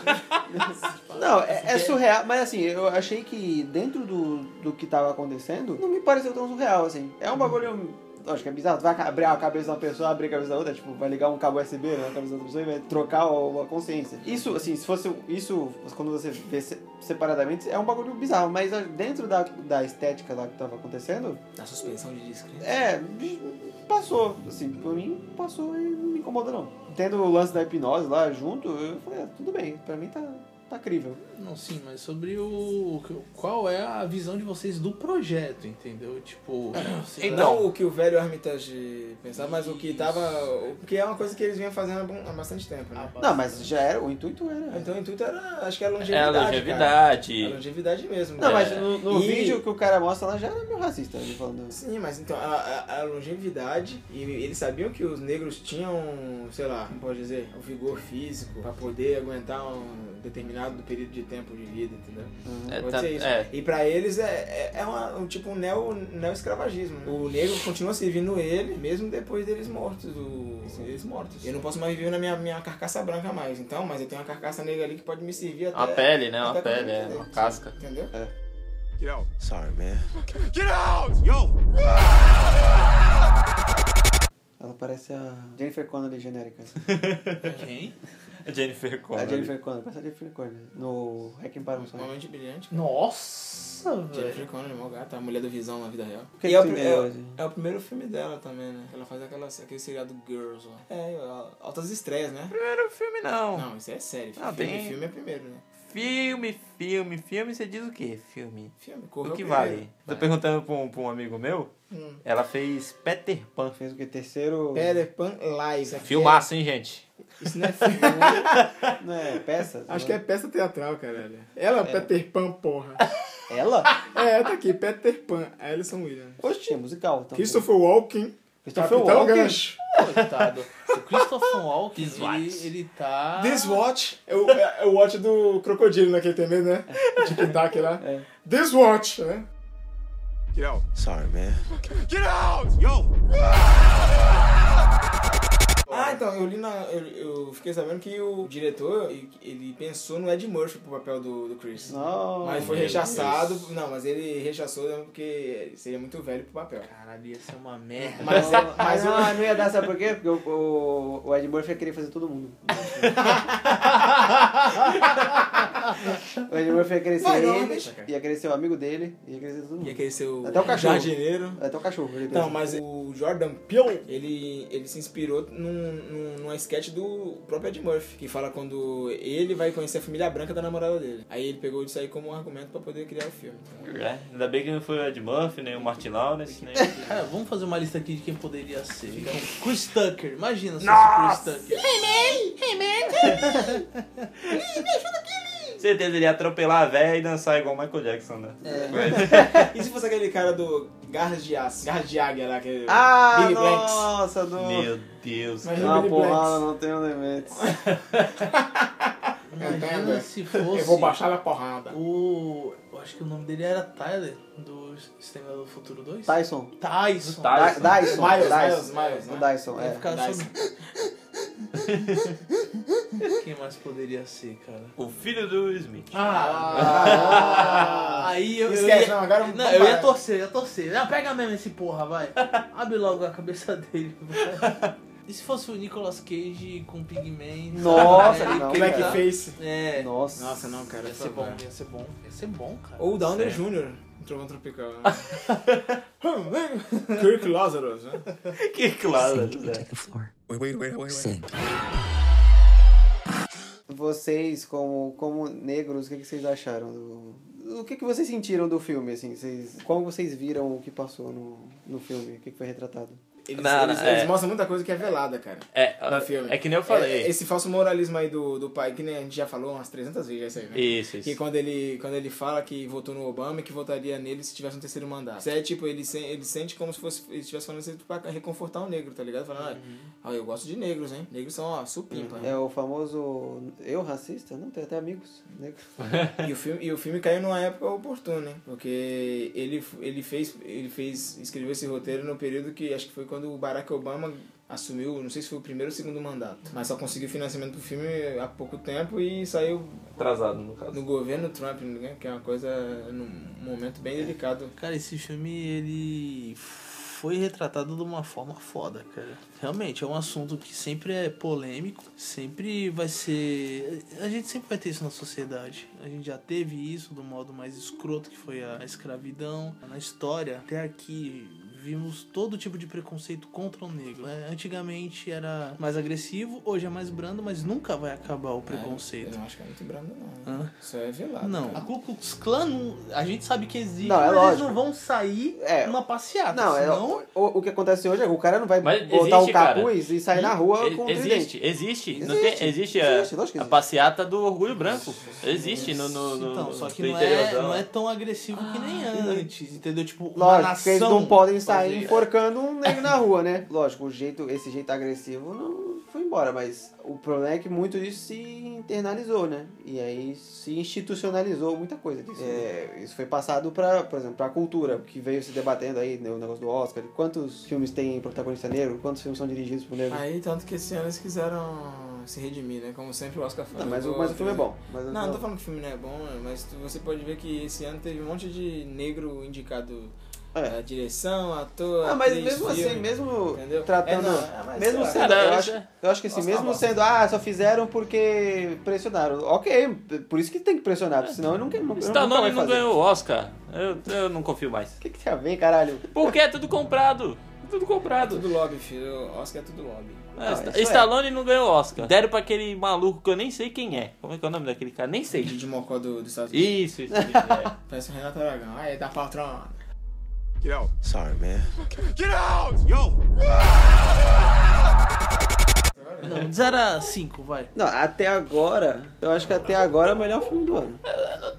[SPEAKER 1] Não, é, é surreal, mas assim, eu achei que dentro do, do que tava acontecendo, não me pareceu tão surreal, assim. É um bagulho. Acho que é bizarro, tu vai ca- abrir a cabeça de uma pessoa, abrir a cabeça da outra, tipo, vai ligar um cabo USB na cabeça da outra pessoa e vai trocar o- a consciência. Isso, assim, se fosse isso, quando você vê se- separadamente, é um bagulho bizarro, mas ah, dentro da, da estética lá que tava acontecendo,
[SPEAKER 2] Na suspensão de descrença.
[SPEAKER 1] é, passou, assim, por mim passou e não me incomoda não. Tendo o lance da hipnose lá junto, eu falei, ah, tudo bem, pra mim tá, tá crível.
[SPEAKER 10] Não, sim, mas sobre o. Qual é a visão de vocês do projeto, entendeu? Tipo. assim,
[SPEAKER 9] Então.
[SPEAKER 2] Não o que o velho Armitage pensava, mas o que tava. O que é uma coisa que eles vinham fazendo há bom- há bastante tempo, né?
[SPEAKER 1] Não, mas já era, o intuito era.
[SPEAKER 2] Então o intuito era. Acho que era
[SPEAKER 9] Ah, É a
[SPEAKER 2] longevidade. cara.
[SPEAKER 9] longevidade.
[SPEAKER 2] A longevidade mesmo.
[SPEAKER 1] Não,
[SPEAKER 2] né?
[SPEAKER 1] mas no, no
[SPEAKER 2] E-
[SPEAKER 1] vídeo que É, o cara mostra lá já era meio racista, ele falando. assim.
[SPEAKER 2] Sim, mas então, a, a- a longevidade, e eles sabiam que os negros tinham, sei lá, como pode dizer, o vigor físico pra poder aguentar um determinado período de tempo de vida, entendeu?
[SPEAKER 9] É,
[SPEAKER 2] pode
[SPEAKER 9] tá-
[SPEAKER 2] ser isso.
[SPEAKER 9] é.
[SPEAKER 2] E pra eles é, é, é uma- um tipo um neo, neo-escravagismo. né? O negro continua servindo ele, mesmo depois deles mortos. O, eles mortos. Eu não posso mais viver na minha, minha carcaça branca mais, então, mas eu tenho uma carcaça negra ali que pode me servir até...
[SPEAKER 9] Uma pele, né? Uma
[SPEAKER 2] até quando eu
[SPEAKER 9] pele, é,
[SPEAKER 2] quiser,
[SPEAKER 9] uma casca.
[SPEAKER 2] Entendeu?
[SPEAKER 3] Get out.
[SPEAKER 8] Sorry, man.
[SPEAKER 3] Get out! Yo!
[SPEAKER 1] Ela parece a Jennifer Connelly genérica.
[SPEAKER 10] Quem?
[SPEAKER 9] Jennifer
[SPEAKER 1] a
[SPEAKER 9] Connelly.
[SPEAKER 1] Jennifer Connelly, parece a Jennifer Connelly. No Hacking para o
[SPEAKER 2] Uma
[SPEAKER 1] Sonho.
[SPEAKER 2] mente brilhante.
[SPEAKER 10] Nossa, velho.
[SPEAKER 2] Jennifer Connelly, mó gata, a mulher do Visão na vida real.
[SPEAKER 1] Por que
[SPEAKER 2] e
[SPEAKER 1] que
[SPEAKER 2] é, o,
[SPEAKER 1] tu
[SPEAKER 2] pri-
[SPEAKER 1] entendeu
[SPEAKER 2] é o-
[SPEAKER 1] hoje?
[SPEAKER 2] é o primeiro filme dela também, né? Ela faz aquela, aquele seriado Girls, ó. É, ó, altas estreias, né?
[SPEAKER 9] Primeiro filme não.
[SPEAKER 2] Não, isso é série.
[SPEAKER 9] Ah,
[SPEAKER 2] filme,
[SPEAKER 9] tem-
[SPEAKER 2] filme é primeiro, né?
[SPEAKER 9] Filme, filme, filme, você diz o quê? Filme.
[SPEAKER 2] Filme, correu
[SPEAKER 9] O que
[SPEAKER 2] primeiro.
[SPEAKER 9] vale? Tô perguntando pra um, pra um amigo meu,
[SPEAKER 2] Hum.
[SPEAKER 9] ela fez Peter Pan.
[SPEAKER 1] Fez o que? Terceiro.
[SPEAKER 2] Peter Pan Lies. Isso aqui
[SPEAKER 9] Filmaço, hein, gente?
[SPEAKER 2] é- isso não é filme. né?
[SPEAKER 1] Não é peças?
[SPEAKER 2] Acho que
[SPEAKER 1] não
[SPEAKER 2] é peça teatral, caralho. Ela, Peter Pan, porra.
[SPEAKER 1] é. Ela?
[SPEAKER 2] É, tá aqui, Peter Pan, Alison Williams.
[SPEAKER 1] Oxi, é musical. Então,
[SPEAKER 2] Christopher Walken,
[SPEAKER 1] Christopher
[SPEAKER 2] Capitão
[SPEAKER 1] Walken.
[SPEAKER 2] Gancho.
[SPEAKER 10] Coitado. O Christopher Walken,
[SPEAKER 9] This watch.
[SPEAKER 10] ele, ele tá.
[SPEAKER 2] This Watch é o, é o watch do crocodilo naquele tem medo, né? Tic-tac lá.
[SPEAKER 1] É.
[SPEAKER 2] This Watch, né?
[SPEAKER 3] Get out.
[SPEAKER 8] Sorry, man.
[SPEAKER 3] Get out! Yo!
[SPEAKER 2] Ah, então, eu li na. Eu, eu fiquei sabendo que o diretor, ele- ele pensou no Ed Murphy pro papel do, do Chris.
[SPEAKER 1] Não.
[SPEAKER 2] mas foi
[SPEAKER 9] meu
[SPEAKER 2] rechaçado. Não, mas ele rechaçou né, porque seria muito velho pro papel.
[SPEAKER 10] Caralho, ia ser uma merda.
[SPEAKER 1] Mas, mas não, não ia dar, sabe por quê? Porque o, o, o Ed Murphy ia querer fazer todo mundo. o Ed Murphy ia querer ser
[SPEAKER 2] Vai, não,
[SPEAKER 1] ele,
[SPEAKER 2] deixa, cara.
[SPEAKER 1] ia querer ser o amigo dele, ia querer ser todo mundo.
[SPEAKER 2] Ia querer ser é o,
[SPEAKER 1] Até o cachorro.
[SPEAKER 2] jardineiro.
[SPEAKER 1] Até o cachorro. ele
[SPEAKER 2] Então,
[SPEAKER 1] queria
[SPEAKER 2] mas
[SPEAKER 1] ser.
[SPEAKER 2] o Jordan Peele, ele, ele se inspirou num, num, numa sketch do próprio Ed Murphy, que fala quando ele vai conhecer a família branca da namorada dele. Aí ele pegou isso aí como um argumento pra poder criar o filme.
[SPEAKER 9] É, ainda bem que não foi o Ed Murphy, nem o Martin Lawrence, nem...
[SPEAKER 10] Cara, vamos fazer uma lista aqui de quem poderia ser. Então, Chris Tucker, imagina se fosse Chris Tucker.
[SPEAKER 9] Certeza, ele ia atropelar a véia e dançar igual o Michael Jackson, né?
[SPEAKER 2] E se fosse aquele cara do Garras de Aço? Garras de Águia lá, aquele.
[SPEAKER 1] Ah,
[SPEAKER 2] Billy Blanks.
[SPEAKER 1] nossa, do...
[SPEAKER 9] Meu Deus.
[SPEAKER 2] Mas-
[SPEAKER 1] Não,
[SPEAKER 2] Billy
[SPEAKER 1] porra,
[SPEAKER 2] Blanks.
[SPEAKER 1] não tenho limites.
[SPEAKER 10] Imagina se fosse.
[SPEAKER 2] Eu vou baixar na porrada.
[SPEAKER 10] O. Eu acho que o nome dele era Tyler, do Exterminador do Futuro 2.
[SPEAKER 1] Tyson.
[SPEAKER 10] Tyson.
[SPEAKER 9] Tyson.
[SPEAKER 1] Dyson. Dyson.
[SPEAKER 2] Miles,
[SPEAKER 1] Dyson.
[SPEAKER 2] Miles, Miles,
[SPEAKER 1] O
[SPEAKER 2] né?
[SPEAKER 1] Dyson,
[SPEAKER 10] Vai
[SPEAKER 1] é.
[SPEAKER 10] ficar
[SPEAKER 2] Dyson.
[SPEAKER 10] sobre- Quem mais poderia ser, cara?
[SPEAKER 9] O filho do Smith.
[SPEAKER 10] Ah, aí eu, eu
[SPEAKER 2] Esquece,
[SPEAKER 10] ia,
[SPEAKER 2] não, agora
[SPEAKER 10] não,
[SPEAKER 2] vamos
[SPEAKER 10] eu ia
[SPEAKER 2] parar.
[SPEAKER 10] torcer, eu ia torcer. Ah, pega mesmo esse porra, vai. Abre logo a cabeça dele. vai. E se fosse o Nicolas Cage com o Pigman?
[SPEAKER 1] Nossa,
[SPEAKER 10] Ele
[SPEAKER 1] não,
[SPEAKER 10] pegar-
[SPEAKER 2] Blackface.
[SPEAKER 10] É.
[SPEAKER 1] Nossa.
[SPEAKER 2] Nossa, não, cara.
[SPEAKER 10] Ia ser bom, ia ser bom. Ia ser bom, cara.
[SPEAKER 2] Ou o Downer Jr. no Trovão Tropical. né? Kirk Lazarus, né?
[SPEAKER 9] Que claro.
[SPEAKER 8] You take the floor.
[SPEAKER 3] Wait, wait, wait, wait, wait.
[SPEAKER 8] Sit.
[SPEAKER 1] Vocês, como, como negros, o que, que vocês acharam do. O que, que vocês sentiram do filme, assim? Vocês, como vocês viram o que passou no, no filme? O que, que foi retratado?
[SPEAKER 2] Eles,
[SPEAKER 9] Não,
[SPEAKER 2] eles-
[SPEAKER 9] não, é.
[SPEAKER 2] eles mostram muita coisa que é velada, cara.
[SPEAKER 9] É,
[SPEAKER 2] No filme.
[SPEAKER 9] é que nem eu falei.
[SPEAKER 2] É, esse falso moralismo aí do, do pai, que nem a gente já falou umas 300 vezes, já isso aí, né?
[SPEAKER 9] Isso,
[SPEAKER 2] Que
[SPEAKER 9] isso.
[SPEAKER 2] quando ele, quando ele fala que votou no Obama e que votaria nele se tivesse um terceiro mandato. Isso aí, tipo, ele, se, ele sente como se fosse, ele estivesse falando isso pra reconfortar o negro, tá ligado? Falando, ah, eu gosto de negros, hein? Negros são, ó, supimpa.
[SPEAKER 9] Ah.
[SPEAKER 1] É o famoso. Eu racista? Não, tem até amigos negros.
[SPEAKER 2] E o filme, e o filme caiu numa época oportuna, hein? Porque ele, ele fez, ele fez, escreveu esse roteiro no período que acho que foi quando o Barack Obama assumiu, não sei se foi o primeiro ou o segundo mandato, mas só conseguiu financiamento pro filme há pouco tempo e saiu
[SPEAKER 9] Atrasado, no caso.
[SPEAKER 2] no governo Trump, né? Que é uma coisa num momento bem delicado.
[SPEAKER 10] Cara, esse filme, ele foi retratado de uma forma foda, cara. Realmente, é um assunto que sempre é polêmico, sempre vai ser... A gente sempre vai ter isso na sociedade. A gente já teve isso do modo mais escroto que foi a escravidão. Na história, até aqui vimos todo tipo de preconceito contra o negro. É, antigamente era mais agressivo, hoje é mais brando, mas nunca vai acabar o preconceito.
[SPEAKER 2] Eu não acho que é muito brando, não.
[SPEAKER 10] Hã?
[SPEAKER 2] Isso é velado.
[SPEAKER 10] Não, a
[SPEAKER 2] cara.
[SPEAKER 10] Ku Klux Klan, não- a gente sabe que existe,
[SPEAKER 1] Não, é
[SPEAKER 10] mas eles
[SPEAKER 1] lógico.
[SPEAKER 10] não vão sair
[SPEAKER 1] É.
[SPEAKER 10] numa passeata.
[SPEAKER 1] Não, é,
[SPEAKER 10] senão...
[SPEAKER 1] o, o que acontece hoje é que o cara não vai
[SPEAKER 9] Mas
[SPEAKER 1] botar
[SPEAKER 9] existe,
[SPEAKER 1] o
[SPEAKER 9] cara.
[SPEAKER 1] capuz e sair na rua
[SPEAKER 9] E-
[SPEAKER 1] com o tridente.
[SPEAKER 9] existe, existe, Não tem-
[SPEAKER 1] Existe,
[SPEAKER 9] existe, a,
[SPEAKER 1] existe, lógico que
[SPEAKER 9] a
[SPEAKER 1] existe.
[SPEAKER 9] passeata do orgulho branco. Existe no, no, no,
[SPEAKER 10] Então,
[SPEAKER 9] no-
[SPEAKER 10] só que
[SPEAKER 9] no
[SPEAKER 10] não é,
[SPEAKER 9] interiorzão.
[SPEAKER 10] não é tão agressivo que nem antes, entendeu? Tipo, uma
[SPEAKER 1] Ah, Lógico, porque
[SPEAKER 10] nação.
[SPEAKER 1] eles não podem sair
[SPEAKER 10] fazer-
[SPEAKER 1] enforcando um negro na rua, né? Lógico, o jeito, esse jeito agressivo não foi embora, mas o problema é que muito disso se internalizou, né? E aí se institucionalizou muita coisa disso. É, isso foi passado para, por exemplo, pra cultura, que veio se debatendo aí né, o negócio do Oscar. Quantos filmes tem protagonista negro? Quantos filmes são dirigidos por negro?
[SPEAKER 2] é Aí, tanto que esse ano eles quiseram se redimir, né? Como sempre o Oscar faz.
[SPEAKER 1] Não, mas, o,
[SPEAKER 2] Eu
[SPEAKER 1] mas o
[SPEAKER 2] vou-
[SPEAKER 1] filme é bom. Mas
[SPEAKER 2] Não, não tô falando que o filme não é bom, né, mas tu- você pode ver que esse ano teve um monte de negro indicado
[SPEAKER 1] É.
[SPEAKER 2] à direção, ator.
[SPEAKER 1] Ah, mas
[SPEAKER 2] atriz,
[SPEAKER 1] mesmo assim,
[SPEAKER 2] filme.
[SPEAKER 1] mesmo
[SPEAKER 2] Entendeu?
[SPEAKER 1] tratando.
[SPEAKER 2] É, não, é, mas
[SPEAKER 1] mesmo
[SPEAKER 2] sei
[SPEAKER 1] sendo.
[SPEAKER 2] lá.
[SPEAKER 9] Cara,
[SPEAKER 1] eu,
[SPEAKER 9] é-
[SPEAKER 1] acho, eu acho que assim,
[SPEAKER 2] Nossa,
[SPEAKER 1] mesmo
[SPEAKER 2] tá bom.
[SPEAKER 1] sendo, ah, só fizeram porque pressionaram. Ok, por isso que tem que pressionar, porque senão eu não quero.
[SPEAKER 9] Stallone
[SPEAKER 1] vai
[SPEAKER 9] não
[SPEAKER 1] fazer.
[SPEAKER 9] ganhou o Oscar. Eu, eu não confio mais.
[SPEAKER 1] O que, que tem a ver, caralho?
[SPEAKER 9] Porque é tudo comprado. É Tudo comprado.
[SPEAKER 2] Tudo lobby, filho. O Oscar é tudo lobby.
[SPEAKER 9] É,
[SPEAKER 1] Não,
[SPEAKER 9] Sta-
[SPEAKER 1] isso é.
[SPEAKER 9] Stallone não ganhou o Oscar. Deram pra aquele maluco que eu nem sei quem é. Como é que é o nome daquele cara? Nem sei.
[SPEAKER 2] De, de mocó do, dos Estados Unidos.
[SPEAKER 9] Isso, isso. isso é.
[SPEAKER 2] Parece o Renato Aragão. Aí, tá da patrona.
[SPEAKER 3] Get out.
[SPEAKER 8] Sorry, man.
[SPEAKER 3] Get out! Yo!
[SPEAKER 10] Não, de 0 a 5, vai.
[SPEAKER 1] Não, até agora, eu acho que até agora é o melhor filme do ano.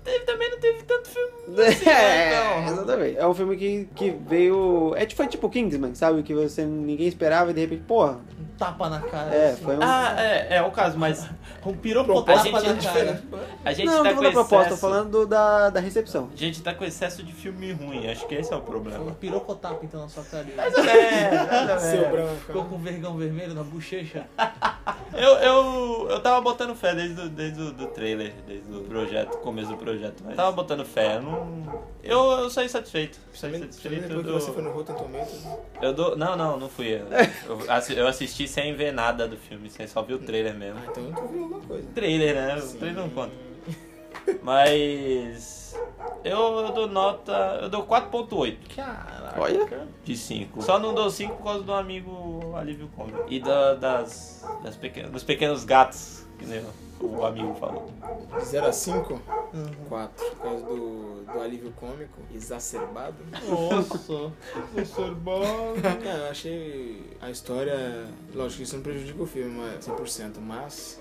[SPEAKER 9] Teve- também não teve tanto filme.
[SPEAKER 1] É, exatamente. É um filme que, que veio. É, tipo- foi tipo Kingsman, sabe? Que você ninguém esperava e de repente, porra.
[SPEAKER 10] Um tapa na cara.
[SPEAKER 1] É,
[SPEAKER 10] assim,
[SPEAKER 1] foi um.
[SPEAKER 9] Ah, é, é o caso, mas
[SPEAKER 10] Um piropo
[SPEAKER 9] A
[SPEAKER 10] tapa
[SPEAKER 9] gente-
[SPEAKER 10] na cara.
[SPEAKER 9] a gente
[SPEAKER 1] não, não tô tá falando
[SPEAKER 9] tá com
[SPEAKER 1] da proposta, tô
[SPEAKER 9] excesso.
[SPEAKER 1] falando do- da, da recepção.
[SPEAKER 9] A gente tá com excesso de filme ruim, acho que esse é o
[SPEAKER 10] Foi um
[SPEAKER 9] problema.
[SPEAKER 10] pirocotapa então na sua cara.
[SPEAKER 1] É.
[SPEAKER 2] Seu branco.
[SPEAKER 10] Ficou com vergão vermelho na bochecha.
[SPEAKER 9] Eu, eu, eu tava botando fé desde, o- desde o do trailer, desde o projeto, começo do projeto, mas tava botando fé. Eu, não, eu, eu saí satisfeito. Saí
[SPEAKER 2] Principalmente
[SPEAKER 9] satisfeito.
[SPEAKER 2] principalmente
[SPEAKER 9] Eu
[SPEAKER 2] depois que você foi
[SPEAKER 9] dou,
[SPEAKER 2] no Rotten Tomatoes.
[SPEAKER 9] eu dou- Não, não, não fui. Eu, eu assi- eu assisti sem ver nada do filme, sem só vi o trailer mesmo.
[SPEAKER 2] Ah, então tu viu alguma coisa.
[SPEAKER 9] Trailer, né? O trailer não conta. Mas. Eu, eu dou nota. Eu dou 4.8.
[SPEAKER 10] Caraca.
[SPEAKER 1] Olha.
[SPEAKER 9] De 5. Só não dou 5 por causa do amigo Alívio Cômico. E da- das, das pequenas, dos pequenos gatos, que nem o amigo falou.
[SPEAKER 2] De 0 a 5? 4. Por causa do, do alívio cômico exacerbado.
[SPEAKER 10] Nossa.
[SPEAKER 2] Cara, eu achei a história. Lógico que isso não prejudica o filme mas 100%, mas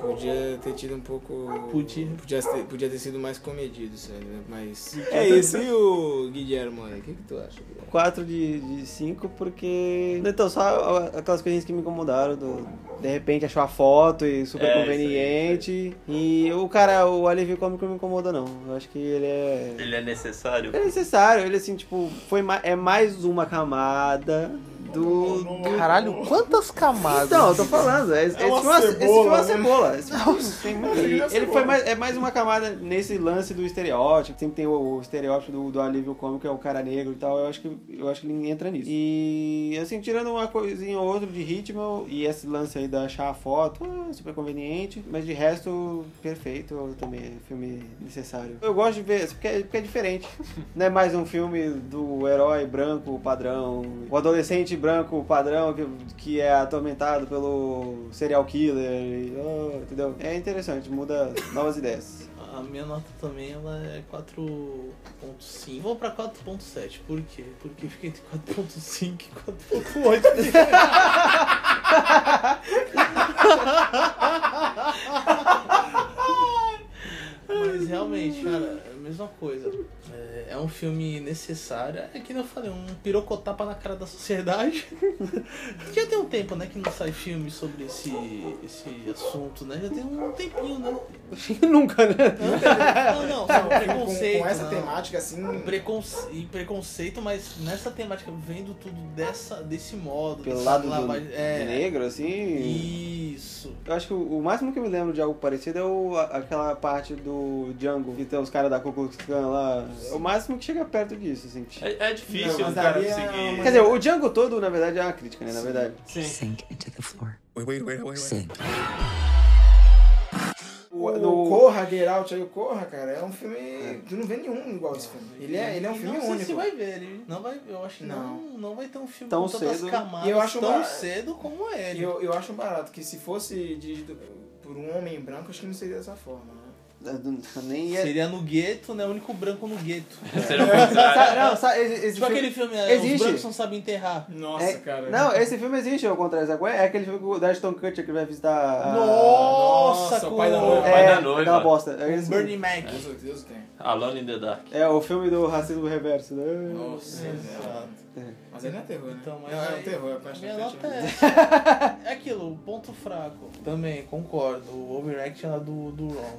[SPEAKER 2] podia ter tido um pouco.
[SPEAKER 10] Podia.
[SPEAKER 2] Podia ter, podia ter sido mais comedido, sabe? Mas. É isso. E o Guilherme, mano? O que, que tu acha, Guilherme?
[SPEAKER 1] 4 de 5 porque. Então, só a- aquelas coisinhas que me incomodaram. Do... De repente achou a foto e super
[SPEAKER 9] É,
[SPEAKER 1] conveniente. E o cara, o alívio cômico não me incomoda, não. Eu acho que ele é.
[SPEAKER 9] Ele é necessário?
[SPEAKER 1] É necessário, ele assim, tipo, foi ma- é mais uma camada do. do-
[SPEAKER 10] Caralho, quantas camadas.
[SPEAKER 1] Então, eu tô falando, é- esse, filme é uma- esse filme é uma cebola. Esse filme tem muito- e ele é foi mais, é mais uma camada nesse lance do estereótipo. Sempre tem o, o estereótipo do, do alívio cômico, que é o cara negro e tal. Eu acho que, eu acho que ele entra nisso. E, assim, tirando uma coisinha ou outra de ritmo e esse lance aí da achar a foto, ah, super conveniente. Mas de resto, perfeito. Também é filme necessário. Eu gosto de ver, porque é, porque é diferente. Não é mais um filme do herói branco padrão, o adolescente branco padrão que, que é atormentado pelo serial killer, e, oh, entendeu? É interessante, muda novas ideias.
[SPEAKER 10] A minha nota também ela é 4.5. Vou pra 4.7. Por quê? Porque fica entre 4.5 e 4.8. Mas realmente, cara, é a mesma coisa. É, é um filme necessário. É que nem eu falei, um pirocotapa na cara da sociedade. Já tem um tempo, né, que não sai filme sobre esse, esse assunto, né? Já tem um tempinho, né?
[SPEAKER 1] Nunca, né?
[SPEAKER 10] Não, não, não, preconceito.
[SPEAKER 2] É, Com, com essa
[SPEAKER 10] não.
[SPEAKER 2] temática assim.
[SPEAKER 10] Preconce- e preconceito, mas nessa temática, vendo tudo dessa, desse modo.
[SPEAKER 1] Pelo
[SPEAKER 10] dessa
[SPEAKER 1] lado do,
[SPEAKER 10] lavagem- é,
[SPEAKER 1] do negro, assim.
[SPEAKER 10] Isso.
[SPEAKER 1] Eu acho que o, o máximo que eu me lembro de algo parecido é o- a- aquela parte do Django, que tem os caras da Ku Klux Klan lá. É o máximo que chega perto disso, assim.
[SPEAKER 9] É, é difícil
[SPEAKER 2] Não,
[SPEAKER 9] o
[SPEAKER 2] mas
[SPEAKER 9] cara
[SPEAKER 2] ali é
[SPEAKER 9] conseguir.
[SPEAKER 1] Quer dizer, o Django todo, na verdade, é uma crítica, né? Na verdade.
[SPEAKER 9] Sim.
[SPEAKER 8] Sink into the floor.
[SPEAKER 3] Wait, wait, wait, wait, wait.
[SPEAKER 8] Sink.
[SPEAKER 1] O,
[SPEAKER 2] o, Corra, Get Out, aí o Corra, cara, é um filme... Tu não vê nenhum igual esse filme. Ele é, ele é um
[SPEAKER 10] E
[SPEAKER 2] filme
[SPEAKER 10] não sei
[SPEAKER 2] único.
[SPEAKER 10] se vai ver ele. Não vai, eu acho que não,
[SPEAKER 2] Não.
[SPEAKER 10] não vai ter um filme
[SPEAKER 1] Tão
[SPEAKER 10] com tantas
[SPEAKER 1] cedo.
[SPEAKER 10] camadas
[SPEAKER 2] E eu acho
[SPEAKER 10] tão
[SPEAKER 2] uma-
[SPEAKER 10] cedo como é
[SPEAKER 2] E
[SPEAKER 10] ele.
[SPEAKER 2] eu, eu acho barato que se fosse dirigido por um homem branco, acho que não seria dessa forma, né?
[SPEAKER 1] Nem é.
[SPEAKER 10] Seria no gueto, né? O único branco no gueto.
[SPEAKER 9] Seria o contrário.
[SPEAKER 1] Sabe, não, sabe, esse, esse
[SPEAKER 10] Tipo
[SPEAKER 1] filme-
[SPEAKER 10] aquele filme,
[SPEAKER 1] Existe.
[SPEAKER 10] os brancos não sabem enterrar.
[SPEAKER 2] Nossa,
[SPEAKER 1] é-
[SPEAKER 2] cara.
[SPEAKER 1] Não, esse filme existe, ao contrário, sabe? qual É É aquele filme com o Ashton Kutcher que vai visitar. a-
[SPEAKER 10] Nossa,
[SPEAKER 2] Nossa,
[SPEAKER 10] com
[SPEAKER 2] o pai da noiva.
[SPEAKER 1] É,
[SPEAKER 9] Vai dar noiva.
[SPEAKER 1] aquela bosta. É, esse
[SPEAKER 10] Bernie
[SPEAKER 1] filme.
[SPEAKER 10] Mac.
[SPEAKER 2] Deus, Deus tem.
[SPEAKER 9] Alone in the Dark.
[SPEAKER 1] É o filme do racismo reverso, né?
[SPEAKER 2] Nossa,
[SPEAKER 1] É.
[SPEAKER 2] exato. Mas ele não é terror, né?
[SPEAKER 10] Então, mas
[SPEAKER 2] não, é
[SPEAKER 10] aí-
[SPEAKER 2] um terror, é parte
[SPEAKER 10] Minha
[SPEAKER 2] da
[SPEAKER 10] nota é
[SPEAKER 2] criativa.
[SPEAKER 10] essa. É aquilo, o ponto fraco. Também, concordo. O overaction lá do, do Ron.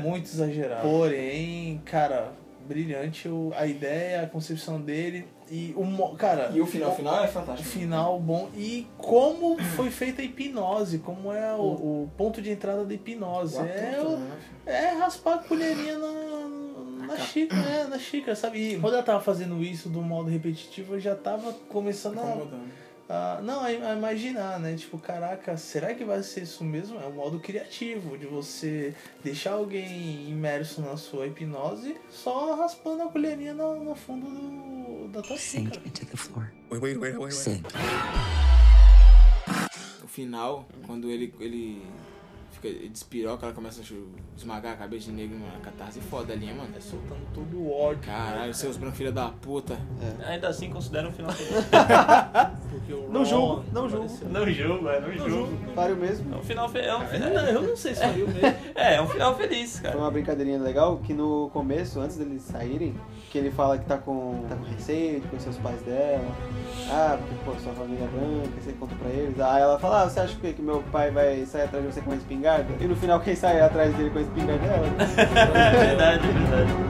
[SPEAKER 10] Muito exagerado. Porém, cara, brilhante o- a ideia, a concepção dele e o. mo- Cara.
[SPEAKER 2] E o final, o final é
[SPEAKER 10] o
[SPEAKER 2] fantástico.
[SPEAKER 10] Um final bom e como foi feita a hipnose, como é o, o ponto de entrada da hipnose.
[SPEAKER 2] Hum. O ator
[SPEAKER 10] É,
[SPEAKER 2] também,
[SPEAKER 10] o-
[SPEAKER 2] né?
[SPEAKER 10] é raspar a colherinha na, na xícara, é, na xícara, sabe? E quando ela tava fazendo isso do modo repetitivo, eu já tava começando a
[SPEAKER 2] Incomodando.
[SPEAKER 10] ah, não, a a imaginar, né? Tipo, caraca, será que vai ser isso mesmo? É um modo criativo de você deixar alguém imerso na sua hipnose só raspando a colherinha no, no fundo do, da tua
[SPEAKER 8] Sink
[SPEAKER 10] xícara.
[SPEAKER 8] into the floor.
[SPEAKER 3] Wait, wait, wait, wait,
[SPEAKER 8] Sink.
[SPEAKER 2] O final, quando ele, ele fica ele despiroca, ela começa a chu- esmagar a cabeça de negro, mano. Catarse foda ali, hein, mano.
[SPEAKER 10] É soltando todo o ódio.
[SPEAKER 2] Caralho, seus brancos, filha da puta.
[SPEAKER 9] Ainda assim considero um final feliz.
[SPEAKER 10] Porque o
[SPEAKER 1] Não
[SPEAKER 10] Ron
[SPEAKER 1] julgo, não
[SPEAKER 10] apareceu.
[SPEAKER 9] Não julgo, é, não julgo.
[SPEAKER 1] Pariu mesmo.
[SPEAKER 9] É um final feliz. É, um final-
[SPEAKER 10] Não, eu não sei se saiu mesmo.
[SPEAKER 9] é, é um final feliz, cara.
[SPEAKER 1] Foi uma brincadeirinha legal que no começo, antes deles saírem, que ele fala que tá com, tá com receio de conhecer os pais dela. Ah, porque pô, sua família é branca, você conta pra eles. Aí ela fala, ah, você acha que, que meu pai vai sair atrás de você com uma espingarda? E no final quem sai atrás dele com a espingarda é ela.
[SPEAKER 9] É verdade, é verdade.